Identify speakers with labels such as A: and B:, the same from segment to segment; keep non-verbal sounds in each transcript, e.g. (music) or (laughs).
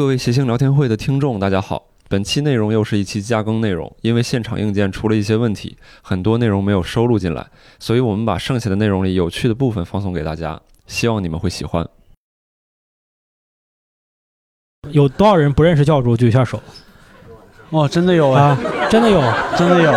A: 各位谐星聊天会的听众，大家好。本期内容又是一期加更内容，因为现场硬件出了一些问题，很多内容没有收录进来，所以我们把剩下的内容里有趣的部分放送给大家，希望你们会喜欢。
B: 有多少人不认识教主？举一下手。
C: 哦，真的有
B: 啊，真的有，
C: 真的有，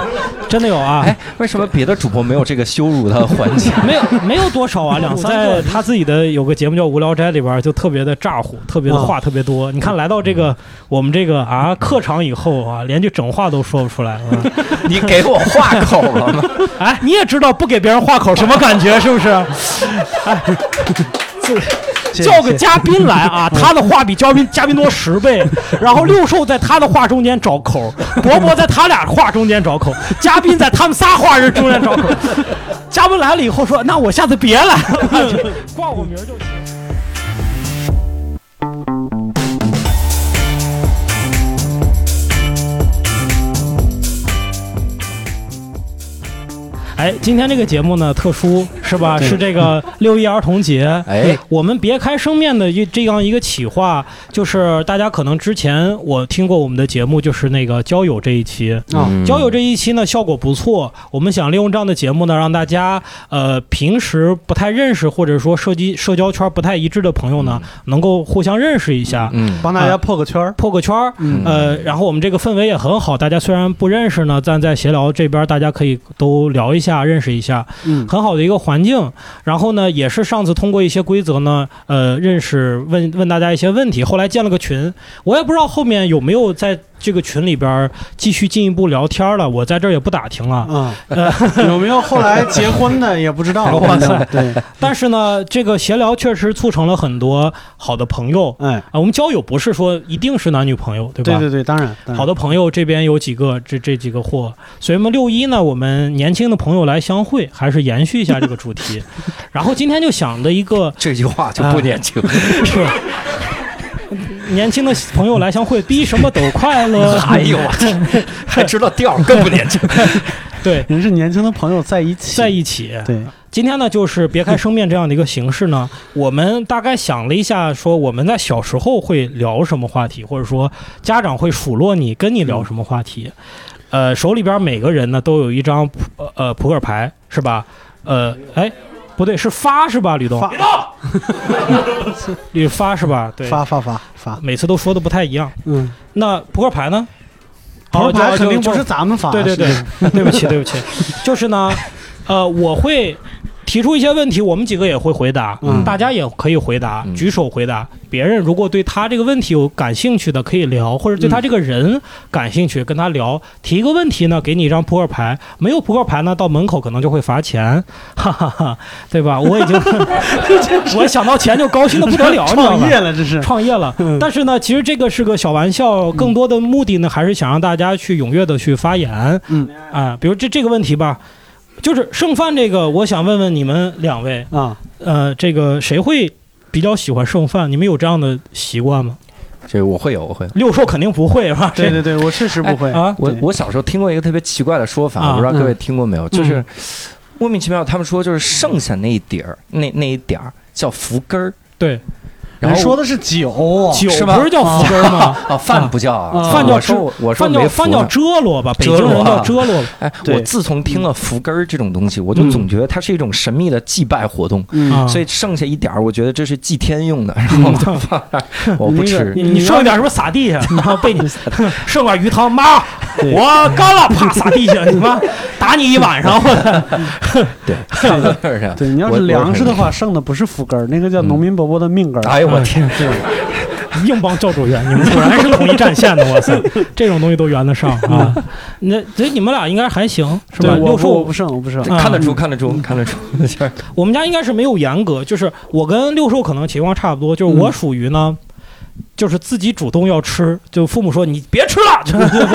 B: 真的有啊！
D: 哎，为什么别的主播没有这个羞辱的环节？
B: (laughs) 没有，没有多少啊，两三个。在他自己的有个节目叫《无聊斋》里边，就特别的咋呼，特别的话特别多。你看来到这
D: 嗯
B: 个我们这个啊客场以后啊，连句整话都说不出来了。
D: (laughs) 你给我话口了吗？
B: (laughs) 哎，你也知道不给别人话口什么感
D: (laughs)
B: 觉，是不是？哎。叫个嘉宾来啊，
D: 嗯
B: 他的话比嘉宾嘉宾多十
D: (laughs)
B: 倍，然后六兽在他的话中间找口，伯伯在他俩话中间找口，嘉宾在他们仨话人中间找口。嘉宾来了以后说：“那我下次别来了，挂我名就行。” (laughs) 哎，今天这个节目呢特殊是吧？是这 (laughs) 个六一儿童节。
D: 哎，
B: 我们别开生面的一这样一个企划，就是大家可能之前我听过我们的节目，就是那个交友这一期
C: 啊
B: 交友这一期呢效果不错，我们想利用这样的节目呢，让大家呃平时不太认识或者说社交社交圈不太一致的朋友呢，能够互相认识一下。
D: 嗯，
C: 帮大家破个圈儿。
B: 破个圈儿，呃，然后我们这个氛围也很好，大家虽然不认识呢，但在闲聊这边大家可以都聊一下，认识一下，
C: 嗯
B: 很好的一个环境。然后呢，也是上次通过一些规则呢，呃，认识问问大家一些问题，后来建了个群，我也不知道后面有没有在这个群里边继续进一步聊天了，我在这儿也不打听了。呃
C: 啊，
B: (laughs)
C: 有没有后来结婚的也不知
D: (laughs)
C: 道。
B: 哇塞
C: 对，
B: 但是呢，这个闲聊确实促成了很多好的朋友
C: 哎，
B: 啊。我们交友不是说一定是男女朋友，对吧？
C: 对对对，当然，当然
B: 好，的朋友这边有几个，这这几个货，所以我们六一呢，我们年轻的朋友来相会，还是延续一下这个
C: (laughs)
B: 主题。然后今天就想的一个呃
D: 这句话就不年轻。 (laughs)
B: 是，年轻的朋友来相会，比什么都快乐。
D: (laughs) 哎呦我去，
B: (laughs)
D: 还知道调儿更不年轻。
B: 对，
C: 人是年轻的朋友在一起，
B: 在一起。
C: 对，
B: 今天呢，就是别开生面这样的一个形
C: (laughs)
B: 式呢，我们大概想了一下，说我们在小时候会聊什么话题，或者说家长会数落你，跟你聊什么话题。
C: 嗯
B: 呃，手里边每个人呢都有一张扑呃扑克牌，是吧？呃，哎，不对，是发是吧，吕东？
C: 发
B: 吕发是吧？对，
C: 发发
D: (laughs)
C: 发发，
B: 每次都说的不太一样。
C: 嗯，
B: 那扑克牌呢？
C: 头
B: 哦
C: 牌
B: 就
C: 肯定不
B: 就是
C: 咱们发，
B: 对对
C: 是 (laughs)
B: 对， (laughs) 对不起对不起， (laughs) 就是呢，呃，我会提出一些问题，我们几个也会回答，
C: 嗯
B: 大家也可以回答，
D: 嗯
B: 举手回答。别人如果对他这个问题有感兴趣的，可以聊，或者对他这个人感兴趣，跟他聊。提一个问题呢，给你一张扑克牌，没有扑克牌呢，到门口可能就会罚钱，哈哈哈，对吧？
C: (laughs)
B: 我已经， (laughs) 我想到钱就高兴的不得了，你知道吧
C: 创？业了这是，
B: 创
C: (laughs)
B: 业了。
C: 嗯
B: 但是呢，其实这个是个小玩笑，更多的目的呢，还是想让大家去踊跃的去发言。
C: 嗯
B: 啊、比如这这个问题吧，就是剩饭这个，我想问问你们两位，
C: 啊，
B: 呃，这个谁会比较喜欢剩饭？你们有这样的习惯吗？
D: 这个我会有，我会有。哎
B: 六兽肯定不会是吧？
C: 对对对，我确实不会
B: 谁啊，
D: 我
C: 对
D: 我小时候听过一个特别奇怪的说
B: 啊嗯
D: 法，我不知道各位听过没有，就是莫名其妙，他们说就是剩下那一碟儿，那那一点儿叫福根儿。
B: 对，哎
D: 然
C: 人
D: 后
C: 说的是酒，
B: 酒
D: 是吗
B: 不是叫福根吗？
D: (laughs)
B: 嗯
D: 啊，饭不叫
C: 啊
D: 啊，
B: 饭叫
D: 我说我我说
B: 饭
D: 没
B: 叫
D: 福
B: 饭叫
D: 呢
B: 遮罗吧，北京
D: 遮罗
B: 人叫
D: 啊
B: 遮罗。
D: 哎，
C: 对
D: 我自从听了福根儿这种东西，我就总觉得它是一种神秘的祭拜活动，
C: 嗯，
B: 啊
D: 所以剩下一点儿，我觉得这是祭天用的，然后我就放那儿，我不吃。
B: 你你剩一点是不是撒
C: (laughs)
B: 地下？然后被你剩碗鱼汤，妈，
C: 对
B: 我干了，啪撒地下，你妈打你一晚上，我
D: 对，
B: (laughs)
D: 是这样
C: 对你要
D: 我
C: 是粮食的，
D: 我
C: 话，剩的不是福根儿，那个叫农民伯伯的命根
D: 是
C: 儿。
D: 哎呦我天，
B: 嗯
D: (laughs)
B: 硬帮教主圆，你们果然是统一战线的，哇塞，这种东西都圆得上啊！那所以你们俩应该还行是吧？
C: 对，我
B: 六
C: 不我
B: 兽
C: 不，剩，我不剩。
B: 啊
D: 看得出，看得出，看得出， (laughs) 就是
B: 我们家应该是没有严格，就是我跟六兽可能情况差不多，就是
C: 嗯
B: 我属于呢。就是自己主动要吃，就父母说你别吃了，就是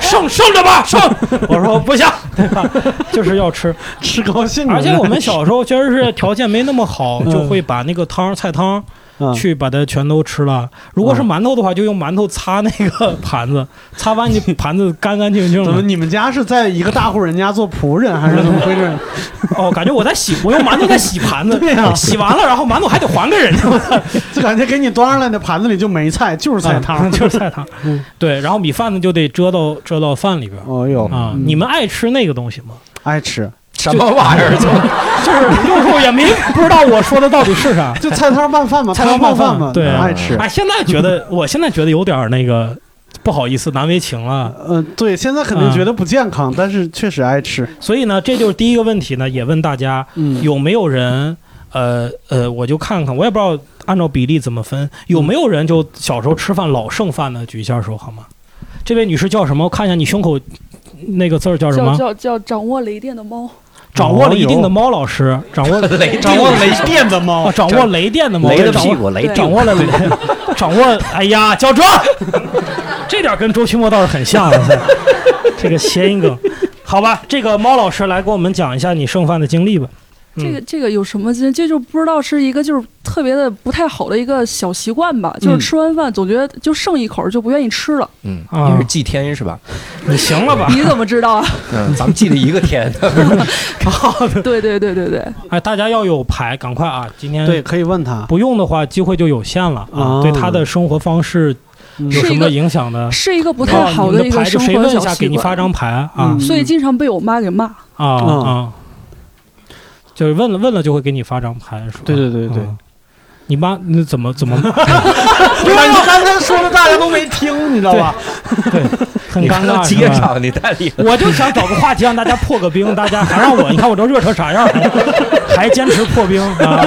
B: 剩剩着吧， (laughs) 剩。我说不行，对吧？就是要吃。
C: (laughs) 吃高兴了。
B: 而且我们小时候确实是条件没那么好，就会把那个汤菜汤
C: 嗯
B: 去把它全都吃了。如果是馒头的话，就用馒头擦那个 (laughs) 盘子，擦完你盘子干干净净
C: 怎么
B: 的。
C: 你们家是在一个大户人家做仆人，还是怎么回事？
B: (laughs) 哦，感觉我在洗，我用馒头在洗盘子，
C: (laughs) 对呀
B: 洗完了，然后馒头还得还给人家，
C: (laughs) 就感觉给你端上来的盘子里就没菜，就是菜汤。
B: (laughs) 就是菜汤
C: (laughs) 嗯。
B: 对，然后米饭呢就得遮到遮到饭里边
C: 哦哟，
B: 啊。
C: 嗯
B: 你们爱吃那个东西吗？
C: 爱吃，
D: 什么玩意
C: (laughs)
D: 儿？就
B: (laughs) 就是六叔也没不知道我说的到底是啥。
C: (laughs) 就菜汤拌饭嘛，
B: 菜汤拌
C: 拌
B: 饭
C: 嘛，
B: 对
C: 爱吃。
B: 哎，现在觉得， (laughs) 我现在觉得有点儿那个不好意思，难为情了。啊
C: 嗯，对，现在肯定觉得不健康，但是确实爱吃。
B: 所以呢，这就是第一个问题呢，也问大家
C: 嗯，
B: 有没有人，呃呃，我就看看，我也不知道按照比例怎么
C: 嗯
B: 分，有没有人就小时候吃饭老剩饭的，举一下手好吗？这位女士叫什么？我看一下你胸口那个字儿叫什
E: 叫
B: 么？
E: 叫叫掌握雷电的猫，
B: 掌握了一定的猫老师，掌握
D: 是雷
B: 掌握 (laughs)
D: 电
B: 雷
C: 电的猫
B: 啊，掌握雷电的猫，
D: 雷的
B: 掌握
D: 屁股，雷
E: 对
B: 掌
D: 定
B: 握了雷，掌握，哎呀，焦灼， (laughs) 这点跟周奇墨倒是很像的，这个谐音梗，好吧，这个猫老师来给我们讲一下你剩饭的经历吧。 (laughs) 嗯
E: 这个这个有什么劲？这就不知道是一个就是特别的不太好的一个小习惯吧，
B: 嗯
E: 就是吃完饭总觉得就剩一口儿就不愿意吃了。
D: 嗯，
B: 啊
D: 你是祭天是吧？
B: 你行了吧？
E: 你怎么知道啊？
D: 嗯，咱们祭了一个天，
B: (laughs) 好的，
E: 对对对对对，
B: 哎，大家要有牌，赶快啊！今天
C: 对，可以问他。
B: 不用的话，机会就有限了啊。
C: 啊
B: 对他的生活方式
C: 嗯
B: 有
E: 哦是
B: 什
E: 一
B: 么
E: 个
B: 影响呢？
E: 是一个不
B: 哦
E: 太好
B: 你
E: 一
B: 们的
E: 个
B: 牌，就
E: 生
B: 谁
E: 活
B: 问一
E: 小
B: 下，
E: 习
B: 给你发
E: 惯，
B: 张牌啊
C: 嗯
E: 所以经常被我妈给骂。
B: 啊
C: 嗯
B: 啊！就是问了问了就会给你发张牌，是吧？
C: 对对对对。
B: 嗯你妈那怎
C: (laughs)
B: 么怎么
C: 对吧？你刚才说的大家都没听，你知道吧？
B: 很
D: 你
B: 尴
D: 刚
B: 尬
D: 刚
B: 是
D: 接
B: 吧
D: 上，你太厉害了。
B: 我就想找个话题让大家破个冰，大家还让我，你看我都热成啥样了，还坚持破冰啊，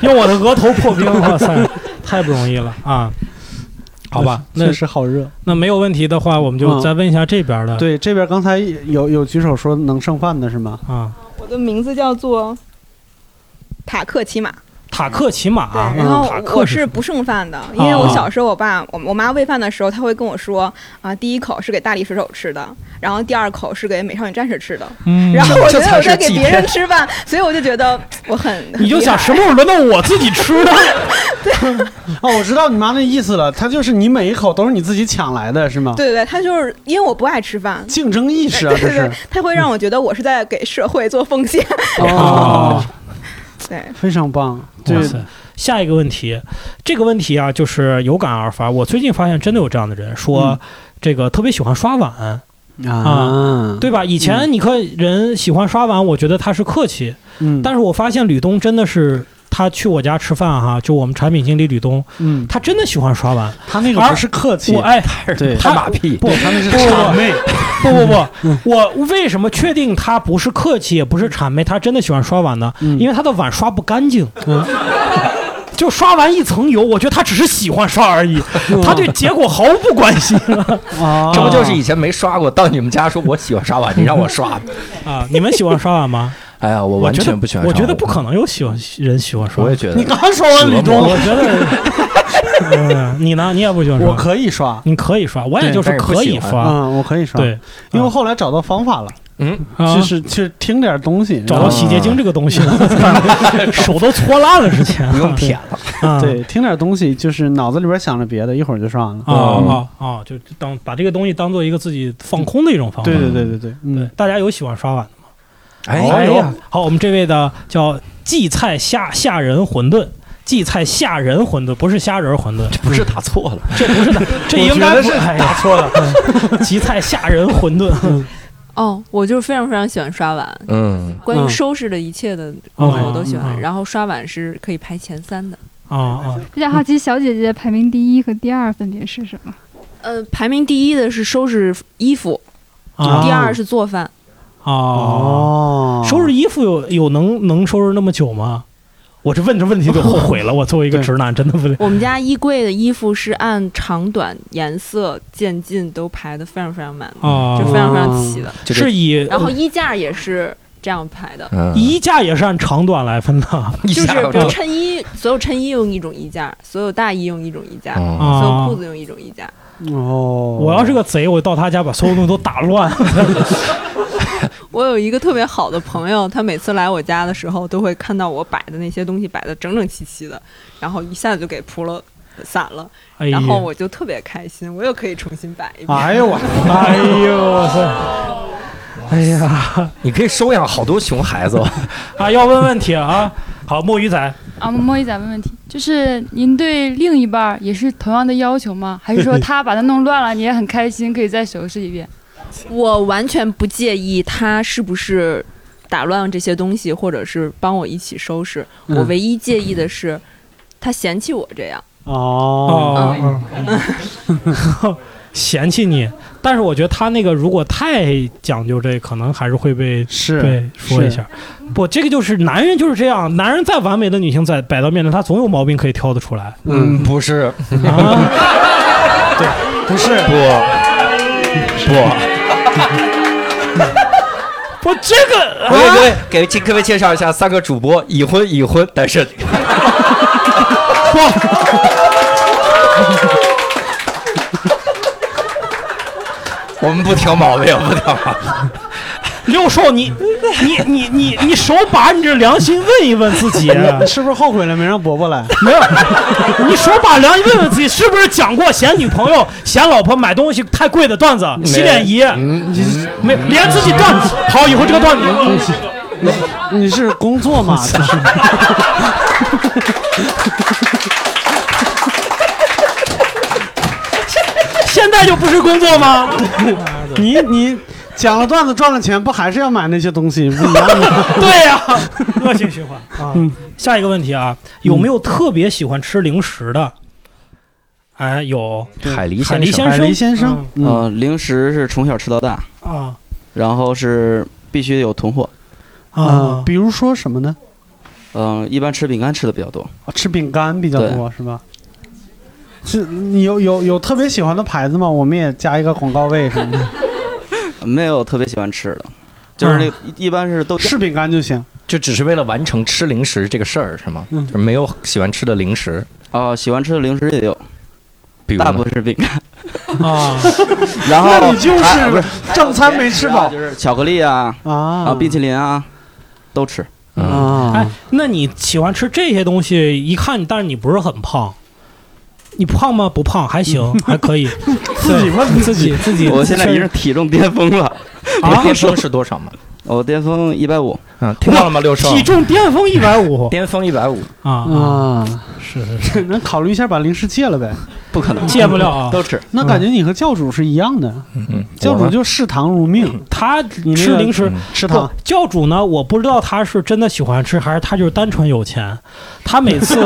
B: 用我的额头破冰，哇塞，太不容易了啊！好吧，那
C: 确实好热。嗯
B: 那没有问题的话，我们就再问一下这边的。
C: 对，这边刚才有有举手说能剩饭的是吗？
B: 啊，
F: 我的名字叫做塔克骑马，
B: 塔克骑马
F: 对，
B: 啊，
F: 然后
B: 塔
F: 我
B: 克
F: 是
B: 是
F: 不剩饭的，因为我小时候我爸我我妈喂饭的时候，她会跟我说啊，第一口是给大力水手吃的，然后第二口是给美少女战士吃的，
B: 嗯
F: 然后我觉
D: 这
F: 得
D: 才
F: 我
D: 是
F: 在给
D: 祭
F: 别人
D: 天
F: 吃饭，所以我就觉得我很 (laughs)
B: 你就想什
F: 吃
B: 么时候轮到我自己吃呢？
C: 哦，我知道你妈那意思了，她就是你每一口都是你自己抢来的，是吗？
F: 对对对，他就是因为我不爱吃饭。
C: 竞争意识啊，
F: 对
C: 这
F: 对
C: 是
F: 对。，他会让我觉得我是在给社会做奉献。
C: 哦，
F: (laughs) 对，
C: 非常棒。对
B: 哇，塞！下一个问题，这个问题啊，就是有感而发。我最近发现真的有这样的人，说
C: 嗯
B: 这个特别喜欢刷碗，
C: 啊，
B: 对吧？以前你看人喜欢刷碗，我觉得他是客气，
C: 嗯，
B: 但是我发现吕东真的是。他去我家吃饭哈，就我们产品经理吕东，
C: 嗯，
B: 他真的喜欢刷碗。
C: 他那个不是客气
B: 我，哎，
C: 对
B: 他
D: 拍马屁，
B: 不
C: 他那是
B: 不不
C: 谄 (laughs) 媚，
B: (laughs) 不不不，我为什么确定他不是客气，也不是谄媚，他真的喜欢刷碗呢？
C: 嗯
B: 因为他的碗刷不干净，就刷完一层油。我觉得他只是喜欢刷而已，他对结果毫不关心
C: 嗯啊，
D: 这不
B: 哦
D: 就是以前没刷过，到你们家说我喜欢刷碗，你让我刷。
B: (laughs) 啊！你们喜欢刷碗吗？
D: (laughs) 哎呀，我完
B: 我觉得
D: 全不喜欢
B: 我
D: 刷
B: 觉得
D: 碗
B: 不可能有喜欢人喜欢刷
D: 我
B: 碗
D: 也。觉得。
C: 你刚说完吕东，
B: 我觉得，嗯，你呢？你也不喜欢刷？
C: 我可以刷，
B: 你可以刷，我也
C: 对
B: 就是
D: 但是不
B: 可以
D: 喜欢
B: 刷。
C: 嗯，我可以刷，
B: 对，嗯
C: 因为我后来找到方法了，
D: 嗯，
B: 啊
C: 就是去听点东西，
B: 找
C: 然
B: 到
C: 后
B: 洗洁精这个东西
C: (laughs)
B: 了，手都搓烂了之前。
D: 不用舔了。
B: 啊，
C: 对，听点东西，就是脑子里边想着别的，一会儿就刷完了。
B: 啊
D: 嗯
B: 啊啊！就当把这个东西当做一个自己放空的一种方法。
C: 对对对对对，嗯
B: 对，，大家有喜欢刷碗的吗？
D: 哎
B: 哎
D: 呦
B: 呀，，好，我们这位的叫荠菜虾虾仁馄饨。荠菜虾仁馄饨不是虾仁馄饨，
D: 这不是打错了， (laughs)
B: 这
D: 我
B: 应该
D: 觉得
B: 不
D: 是
B: 哎呀
D: 错了。
B: (laughs) 荠菜虾仁馄饨。
G: 哦，我就是非常非常喜欢刷碗，
D: 嗯，
G: 关于
C: 嗯
G: 收拾的一切的
B: 哦
G: 我都喜
B: 嗯
G: 欢。
B: 嗯
G: 然后刷碗是可以排前三的，
B: 啊啊！
H: 比较好奇小姐姐排名第一和第二分别是什么？
G: 呃，排名第一的是收拾衣服，
B: 啊
G: 第二是做饭。
B: 哦，
C: 哦
B: 收拾衣服有有能能收拾那么久吗？我这问这问题就后悔
D: (laughs)
B: 了。我作为一个
C: 对
B: 直男，真的问
G: 我们家衣柜的衣服是按长短、颜色、渐进都排的非常非常满的，
B: 啊
G: 就，非常非常齐的。
D: 这
B: 是
D: 个
B: 以
G: 然后衣架也是这样排的，
D: 嗯
B: 衣架也是按长短来分的
D: (laughs)
B: 啊
D: 一
G: 就是
D: 下
G: 比如衬衣，所有衬衣用一种衣架，所有大衣用一种衣架，
D: 嗯
G: 所有裤子用一种衣架。
C: 哦，
B: 我要是个贼，我到他家把所有东西都打乱。
G: 我有一个特别好的朋友，他每次来我家的时候，都会看到我摆的那些东西摆的整整齐齐的，然后一下子就给铺了散了，
B: 哎呀
G: 然后我就特别开心，我又可以重新摆一遍。
C: (laughs) 哎呦我，
B: 哎呦我操！哎呀
D: 你可以收养好多熊孩子吧？
B: 啊，要问问题啊！好，墨鱼仔，
H: 啊，莫一仔问问题，就是您对另一半儿也是同样的要求吗？还是说他把它弄乱了，你也很开心，可以再收拾一遍？
G: (laughs) 我完全不介意他是不是打乱这些东西，或者是帮我一起收拾。
C: 嗯
G: 我唯一介意的是他嫌弃我这样。
C: 哦，
D: 嗯
B: (laughs) 嫌弃你，但是我觉得他那个如果太讲究这，可能还是会被
C: 是
B: 对说一下。不，这个就是男人就是这样，男人再完美的女性在摆到面前，他总有毛病可以挑得出来。
D: 嗯，不是， (laughs)
B: 啊，
D: 不是，不，不， (laughs)
B: 不， (laughs) 这个啊
D: 各位各位，给请各位介绍一下三个主播：已婚、已婚、单身。 (laughs) 我们不挑毛病，不挑毛病。
B: 六兽，你你你你你手把你这良心问一问自己，啊 (laughs)
C: 你是不是后悔了没让伯伯来？
B: 没有， (laughs) 你手把良心问问自己，是不是讲过嫌女朋友、嫌老婆买东西太贵的段子？洗脸仪，
I: 嗯
B: 没连自己段子。好，以后这个段子，
C: 嗯你是工作
B: (laughs)
C: 嘛？就是
B: 现在就不是工作 (laughs) 吗？
C: 你你讲了段子赚了钱，不还是要买那些东
B: (laughs)
C: 西不一样嗯吗？
B: (laughs) 对呀、恶性循环啊。下一个问题啊，有没有特别喜欢吃零食的？哎，有
D: 海狸
B: 海狸
D: 先生，
B: 先
C: 海
B: 生
C: 狸先生，嗯，
I: 呃，零食是从小吃到大，
B: 啊
I: 然后是必须得有囤货。
C: 啊
B: 啊，
C: 比如说什么呢？
I: 嗯、一般吃饼干吃的比较多。
C: 啊吃饼干比较多是吧？是你有有有特别喜欢的牌子吗？我们也加一个广告位什么的，
I: 没有特别喜欢吃的，就是那、一般是豆
C: 是啊饼干就行。
D: 就只是为了完成吃零食这个事儿是吗？
C: 嗯
D: 就是没有喜欢吃的零食，
I: 啊、喜欢吃的零食也有，
D: 比如
I: 大
D: 呢
I: 部分是饼
C: (laughs)
I: 干。
B: 啊，
I: 然后
C: 那你就
I: 啊不
C: 是
I: 是
C: 正餐没吃饱
I: 就是巧克力啊，
C: 啊
I: 啊，冰淇淋啊，都吃。
D: 嗯，
C: 啊
B: 哎，那你喜欢吃这些东西？一看，但是你不是很胖。你胖吗？不胖，
I: (laughs)
B: 还行，还可以。
C: 自己问自己，
B: 自己
I: 我现在已经是体重巅峰了，
B: 啊
D: 巅峰是多少嘛？
I: 我巅峰一百五，
D: 嗯，听到了吗，六兽？
B: 体重巅峰一百五
D: 巅峰一百五，
B: 啊，
D: 嗯
C: 啊，
B: 是是是，
C: 那考虑一下把零食戒了呗。
I: 不可能，
B: 戒不了啊。
I: 都吃。
C: 那感觉你和教主是一样的，
D: 嗯，
C: 教主
D: 我呢
C: 就视糖如命，
B: (laughs) 他
C: 你那
B: 吃
C: 个
B: 零食
D: 嗯，
C: 吃
B: 不
C: 糖，
B: 教主呢？我不知道他是真的喜欢吃，还是他就是单纯有钱。他每次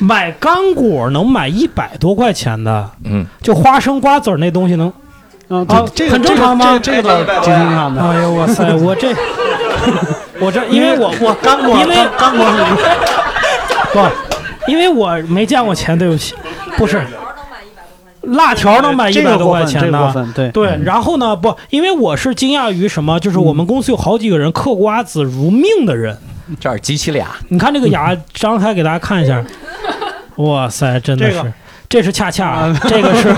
B: 买干果能买一百多块钱的，
D: 嗯，
B: 就花生瓜子儿那东西能。
C: 嗯，
B: 啊
C: 这个
B: 很正常吗
C: 这个这个倒是挺正常的。
B: 哎呀，哇塞，我这我这，因为我我
C: 干果，
B: 因为
C: 干干果很多，
B: (laughs) 不，因为我没见过钱，对不起，不是。辣条能买一
C: 这
B: 百
C: 个
B: 多
C: 过
B: 块
C: 分，
B: 钱
C: 这个过
B: 的，
C: 分，对，嗯
B: 对。然后呢，不，因为我是惊讶于什么，就是我们公司有好几个人嗑瓜子如命的人。
D: 这儿集齐俩，
B: 你看这个
C: (laughs)
B: 牙张开，给大家看一下，哇塞，真的
C: 这个啊
B: 是，这是恰恰，这个
C: (laughs)
B: 是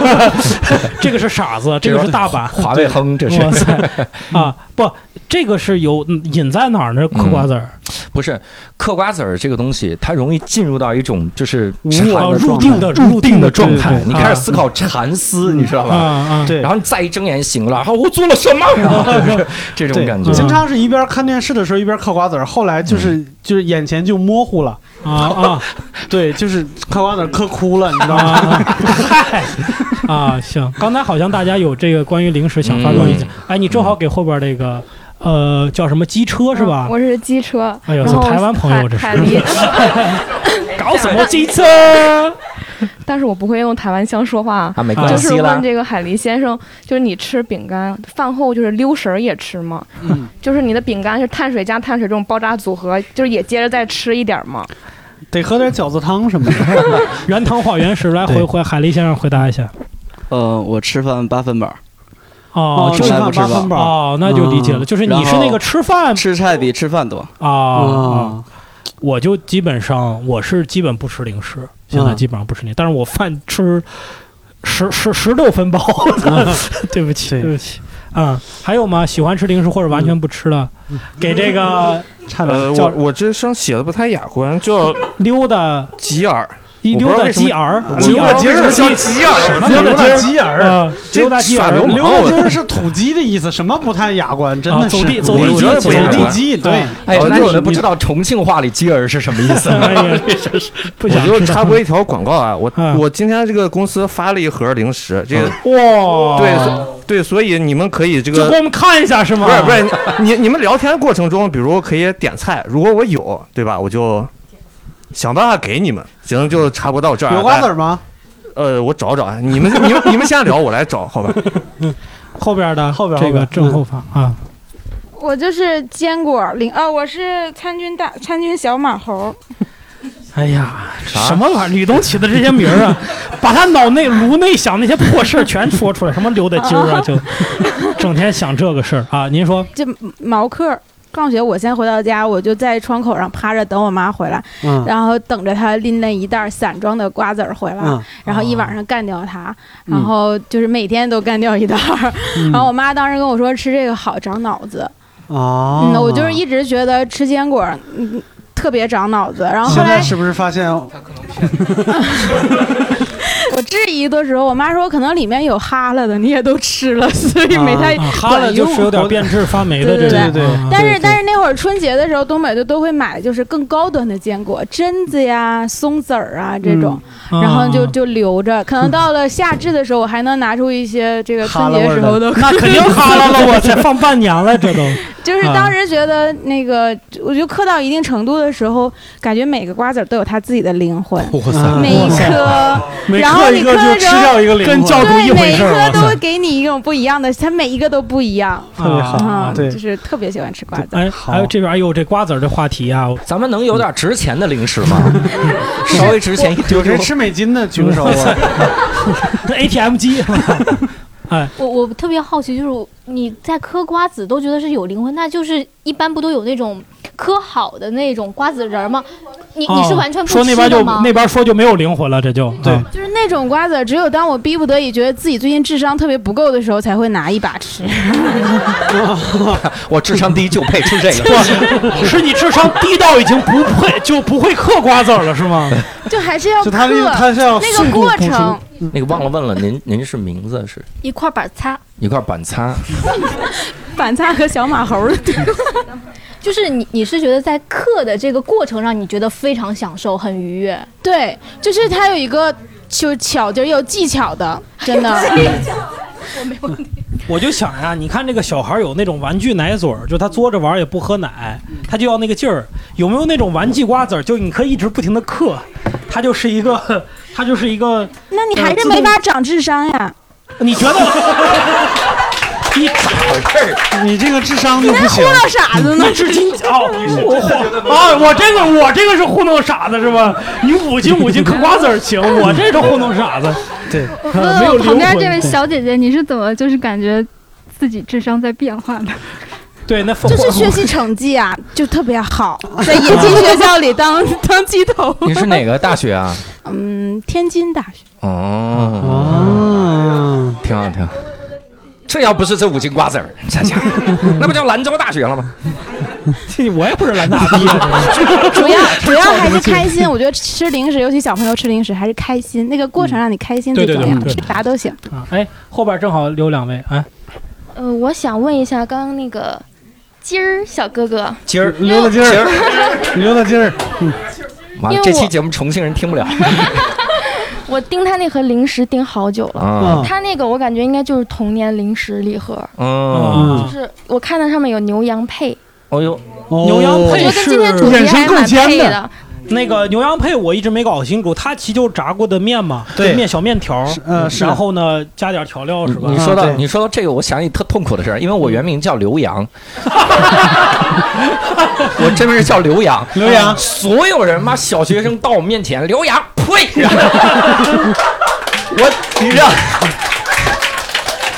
B: (laughs) 这个是傻子，这个是大阪，
D: 华为亨，这是
B: 哇
C: (laughs)
B: 塞啊，不，这个是有隐在哪儿呢？嗑瓜子儿。
D: 嗯不是嗑瓜子儿这个东西，它容易进入到一种就是
B: 啊
D: 禅
B: 入定的
D: 入定的状
B: 对
D: 态
B: 对，对
D: 你开始思考禅思，你知道
B: 啊
D: 吧？
B: 啊，
C: 对
D: 然后你再一睁眼醒了，啊，我做了什么呀？就是 (laughs) 这种
C: 对
D: 感觉
B: 嗯
C: 经常是一边看电视的时候一边嗑瓜子儿，后来就是就是眼前就模糊了，
B: 啊啊
C: (laughs) 对，就是嗑瓜子儿嗑哭了，你知道吗？
B: 啊！ (laughs) 嗨啊，行，刚才好像大家有这个关于零食想发表
C: 嗯
B: 意见，哎，你正好给后边这个呃叫什么机车是吧？
H: 我是机车，
B: 啊哎呦，
H: 然
B: 这
H: 后
B: 台湾朋友这
H: 海
B: 是
H: 海狸，
B: (laughs) 搞什么机车？
H: (laughs) 但是我不会用台湾腔说话啊。
D: 啊，没
B: 啊
D: 关
H: 就是
D: 系啦
H: 问。这个海狸先生，就是你吃饼干，饭后就是溜食儿也吃吗？
C: 嗯，
H: 就是你的饼干是碳水加碳水这种爆炸组合，就是也接着再吃一点儿吗？
C: 得喝点饺子汤什么的。
B: (laughs) 原汤化原食，来
C: 对
B: 回回海狸先生回答一下。
I: 呃，我吃饭八分
B: (laughs)
I: 饱，
B: 哦，就
C: 吃
B: 是
I: 来
C: 饭
I: 不吃
C: 八分饱
B: 哦，那就理解了，
C: 嗯
B: 就是你是那个吃饭
I: 吃菜比吃饭多。
B: 啊，
C: 啊，
B: 我就基本上我是基本不吃零食，现在
C: 嗯
B: 基本上不吃零，但是 (laughs) 我饭吃十十十六分饱，对不起，
C: 嗯对
B: 对不起嗯，还有吗？喜欢吃零食或者完全不吃的，
C: 嗯
B: 给这个差
J: 呃，
B: 点
J: 我
B: 叫
J: 我这声写的不太雅观，叫
B: 溜达
J: 吉尔，
B: 一溜达鸡耳，
J: 吉尔
B: 吉
J: 尔叫
B: 尔
J: 吉尔，
B: 溜达
C: 达
B: 鸡
C: 吉尔，
B: 溜达鸡耳，
C: 溜达啊鸡儿是土鸡的意思，什么不太雅观，真
B: 啊
C: 的
B: 走
C: 是
B: 地
C: 走
B: 走地
C: 地鸡，
B: 鸡走
C: 走
B: 地啊
C: 地
B: 鸡
C: 鸡，
B: 对
C: 对。
D: 哎呀，
J: 哦
D: 那
J: 就
D: 你
J: 是
D: 们不知道重庆话里“鸡儿”是什么意思吗？
B: 哎
D: (laughs)
B: 呀，不想
J: 我就
B: 吃
J: 插
B: 它
J: 播一条广告啊，我
B: 嗯
J: 我今天这个公司发了一盒零食，这个
D: 啊
C: 嗯
B: 哇，
J: 对所对，所以你们可以这
B: 哦就
J: 个
B: 给我们看一下是吗？
J: 不是不是，你你们聊天过程中，比如可以点菜，如果我有，对吧？我就想办法给你们。行，就插播到这儿啊。
C: 有瓜子
J: 大
C: 儿
J: 家
C: 吗？
J: 呃，我找找啊，你们你们你们先聊，我来找，好吧？
B: 后边的
C: 后边
B: 这
C: 后
B: 个
C: 边嗯
B: 正后方啊，
K: (laughs) 我就是坚果零，呃，我是参军大参军小马猴，
B: 哎呀，什么玩意儿？吕东起的这些名
D: (laughs)
B: 儿啊，把他脑内颅内想那些破事儿全说出来，什么溜达鸡
D: (laughs)
B: 儿啊，就整天想这个事儿啊。您说，
K: 这毛克。放学我先回到家，我就在窗口上趴着等我妈回来，
C: 嗯
K: 然后等着她拎了一袋散装的瓜子儿回来，
C: 嗯
K: 然后一晚上干掉它，
C: 嗯
K: 然后就是每天都干掉一袋儿。然后我妈当时跟我说吃这个好长脑子，
C: 啊，
K: 嗯，我就是一直觉得吃坚果，嗯，特别长脑子。然后后
C: 现
K: 来
C: 在是不是发现
K: 我质疑的时候，我妈说可能里面有哈了的，你也都吃了， (laughs) 所以没太
B: 啊，哈了
K: 管
B: 就
K: 用。
B: 是有点变质发霉的这
K: 对
B: 种，
K: 对
C: 对
B: 啊
K: 但是但是那会儿春节的时候，东北就都会买就是更高端的坚果，榛子呀、松子儿啊这种，
B: 嗯
K: 然后就就留着，可能到了夏至的时候，我还能拿出一些这个春节时候的。 (laughs)
B: 那肯定哈了了，我才放半年了，这都。啊
K: 就是
C: 嗯
K: 当时觉得那个，我就嗑到一定程度的时候，感觉每个瓜子儿都有它自己的灵魂，
C: 哇
J: 塞
K: 每一颗，然后你嗑的时候。
C: 一个
B: 跟教主
K: 对，
B: 一
K: 每
B: 回
K: 一
B: 事儿，
K: 颗
B: 哇
K: 都会
B: 塞
K: 给你一种不一样的，它每一个都不一样，
C: 啊特别好
K: 啊，
C: 对
K: 就是特别喜欢吃瓜子。
B: 哎，还有这边，哎呦，这瓜子儿这话题啊，
D: 咱们能有点值钱的零食
B: (laughs)
D: 吗？稍微值钱一丢
C: 有
D: 丢
C: 谁。吃美金的举个
D: (laughs)
C: 手啊？
B: (laughs) 那 ATM 机，
L: 我我特别好奇，就是你在嗑瓜子都觉得是有灵魂，那就是一般不都有那种嗑好的那种瓜子仁儿吗？你你是
B: 啊
L: 完全不
B: 说那
L: 吃
B: 边
L: 的
B: 就
L: 吗？
B: 那边说就没有灵魂了，这就
C: 对
B: 啊
K: 就是那种瓜子儿，只有当我逼不得已觉得自己最近智商特别不够的时候，才会拿一把吃。 (laughs)
D: 我智商低就配吃这个。
B: (laughs) 不是你智商低到已经不会就不会嗑瓜子儿了是吗？
K: 就还是要
C: 就
K: 嗑
C: 他那个他是要
K: 那
C: 速
K: 个
C: 度
K: 过
C: 补充
K: 程，
D: 那个忘了问了，您您是名字是
L: 一块板擦，
D: 一块板擦，
K: 板擦和小马猴儿的对话
L: (laughs) 就是你你是觉得在嗑的这个过程让你觉得非常享受，很愉悦。
K: 对，就是它有一个就巧劲儿，有技巧的，真的。
B: 我就想呀、你看这个小孩有那种玩具奶嘴儿，就他嘬着玩儿也不喝奶，
L: 嗯
B: 他就要那个劲儿。有没有那种玩具瓜子儿，就你可以一直不停的嗑，它就是一个，它就是一个，
K: 那你还是没法长智商呀？
B: 你觉得？ (laughs) 你
C: 你这个智商就
K: 你还
C: 不
K: 糊
C: 行。
K: 弄傻子呢
B: 你？至今哦，你是真的啊，我这个我这个是糊弄傻子是吧？你五斤五斤嗑瓜子儿行，我这是糊弄傻子。
C: 对，
B: 呃 (laughs)
M: 问
B: 没有
M: 问
B: 灵
M: 哦旁边
B: 魂
M: 这位
B: 对
M: 小姐姐，你是怎么就是感觉自己智商在变化 (laughs) 的？
B: 对，那疯
K: 就是学习成绩啊，就特别
M: (laughs)
K: 好， (laughs) (laughs) 在冶金学校里 (laughs) 当当鸡头。
D: 您是哪个大学啊？
K: 嗯，天津大学。
D: 哦，
C: 嗯，
D: 挺好挺好。这要不是这五斤瓜子儿，这家伙那不叫兰州大学了吗？
B: (laughs) 我也不是兰大毕业的，
K: 主要主要还是开心，我觉得吃零食，尤其小朋友吃零食还是开心，那个过程让你开心
B: 对
K: 最
B: 对
K: 重
B: 对
K: 要，
B: 对
K: 吃啥都行。
B: 啊，哎，后边正好留两位，哎，
M: 呃，我想问一下，刚刚那个鸡儿小哥哥，
D: 今儿
C: 溜达劲
D: 今儿
C: 儿，溜达劲儿，
D: 嗯完了，
M: 因为
D: 这
M: 我
D: 期节目重庆人听不了
M: 我盯他那盒零食盯好久了，
D: 啊。
M: 他那个我感觉应该就是童年零食礼盒，
D: 嗯，
M: 就
B: 啊
M: 是我看到上面有牛羊配，
D: 哦呦，
B: 牛羊
M: 我
B: 配
M: 觉得跟今天主
B: 是
M: 题
C: 眼神
M: 还
C: 够
M: 蛮
C: 尖
M: 配
C: 的
M: 的。
B: 那个牛羊配，我一直没搞清楚，它其实就是炸过的面嘛，
C: 对
B: 就面小面条儿，
C: 呃是
B: 然后呢加点调料是吧
D: 嗯
B: 啊
D: 你？说到
C: 对
D: 你说到这个，我想起特痛苦的事儿，因为我原名叫刘洋，我真名叫刘洋，嗯
C: 刘洋
D: 所有人妈小学生到我面前，刘洋，
B: (laughs)
D: 呸！然后我你知道，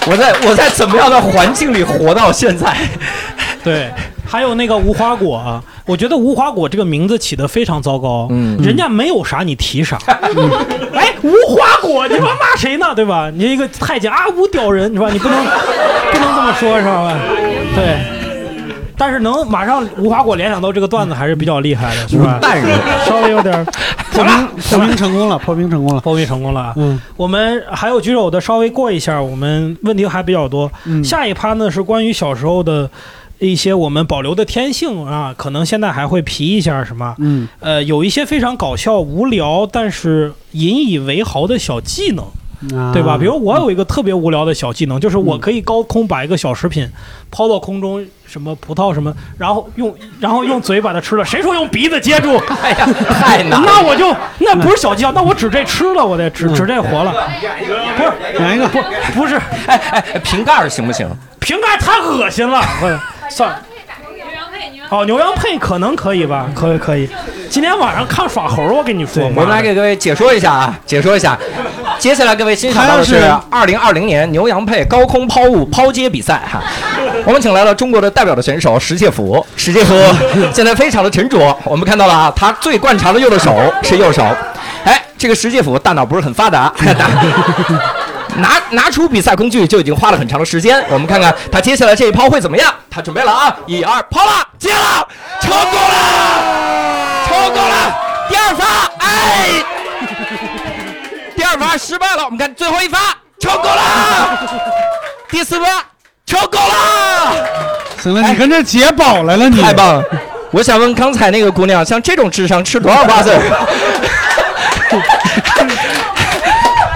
D: 我在我在怎么样的环境里活到现在？ (laughs)
B: 对，还有那个无花果，啊我觉得无花果这个名字起得非常糟糕，
D: 嗯
B: 人家没有啥你提啥， (laughs) 哎，无花果，你妈骂谁呢？对吧？你一个太监啊，无屌人，是吧？你不能不能这么说，是吧？对。但是能马上无花果联想到这个段子还是比较厉害的，是吧？
C: 嗯淡人
B: 稍微有点儿
C: 破冰 (laughs)
B: 行
C: 破
B: 了
C: 冰成功了，破冰成功了，
B: 破冰成功了。
C: 嗯，
B: 我们还有举手的，稍微过一下，我们问题还比较多。
C: 嗯
B: 下一趴呢是关于小时候的一些我们保留的天性啊，可能现在还会皮一下什么。
C: 嗯，
B: 呃，有一些非常搞笑、无聊，但是引以为豪的小技能。
C: 啊
B: 对吧？比如我有一个特别无聊的小技能，就是
D: 嗯
B: 我可以高空把一个小食品抛到空中，什么葡萄什么，然后用然后用嘴把它吃了。谁说用鼻子接
D: (laughs)
B: 住？哎呀，太 (laughs)
D: 难了
B: 那我就那不是小技巧，那我指这吃了，我得指指这活了。不是
C: 演一个
B: 不不是，
D: 哎哎，瓶盖儿行不行？
B: 瓶盖太恶心
D: (laughs)
B: 了，我算了。哦，牛羊配可能可以吧？可以可以。今天晚上看耍猴，我跟你说，
D: 我们来给各位解说一下啊，解说一下。接下来各位欣赏到的是
B: 他要
D: 二零二零年牛羊配高空抛物抛接比赛哈，我们请来了中国的代表的选手石切甫，
B: (laughs)
D: 石切甫现在非常的沉着，我们看到了啊，他最惯常的右的手是右手，哎，这个石切甫大脑不是很
B: (laughs)
D: 发达，拿拿拿出比赛工具就已经花了很长的时间，我们看看他接下来这一抛会怎么样，他准备了啊，一二抛了，接了，成功了，成功了，第二发，哎。第二发失败了，我们看最后一发成功了，第四发成功了。
C: 行了，你跟这解饱来了，你
D: 太棒了。我想问刚才那个姑娘，像这种智商吃 (laughs) 多少瓜子儿？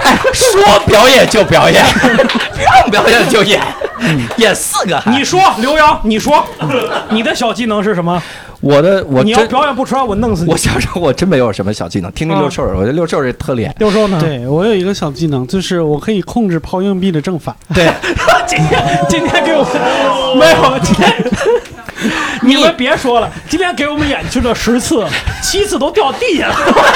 D: 哎，说表演就表演，让表演就演，演四个。
B: 嗯你说刘洋，你说你的小技能是什么？
D: 我的我
B: 你要
D: 真
B: 表演不出来，我弄死你嗯
D: 我。小时候我真没有什么小技能，听听
C: 啊
D: 六兽儿，我觉得六兽儿这特厉害。
B: 六兽呢？
C: 对我有一个小技能，就是我可以控制抛硬币的正反。
D: 对，
B: (laughs) 今天今天给我们没 (laughs) 有今天。你们别说了，今天给我们演去了十次，七次都掉地下了，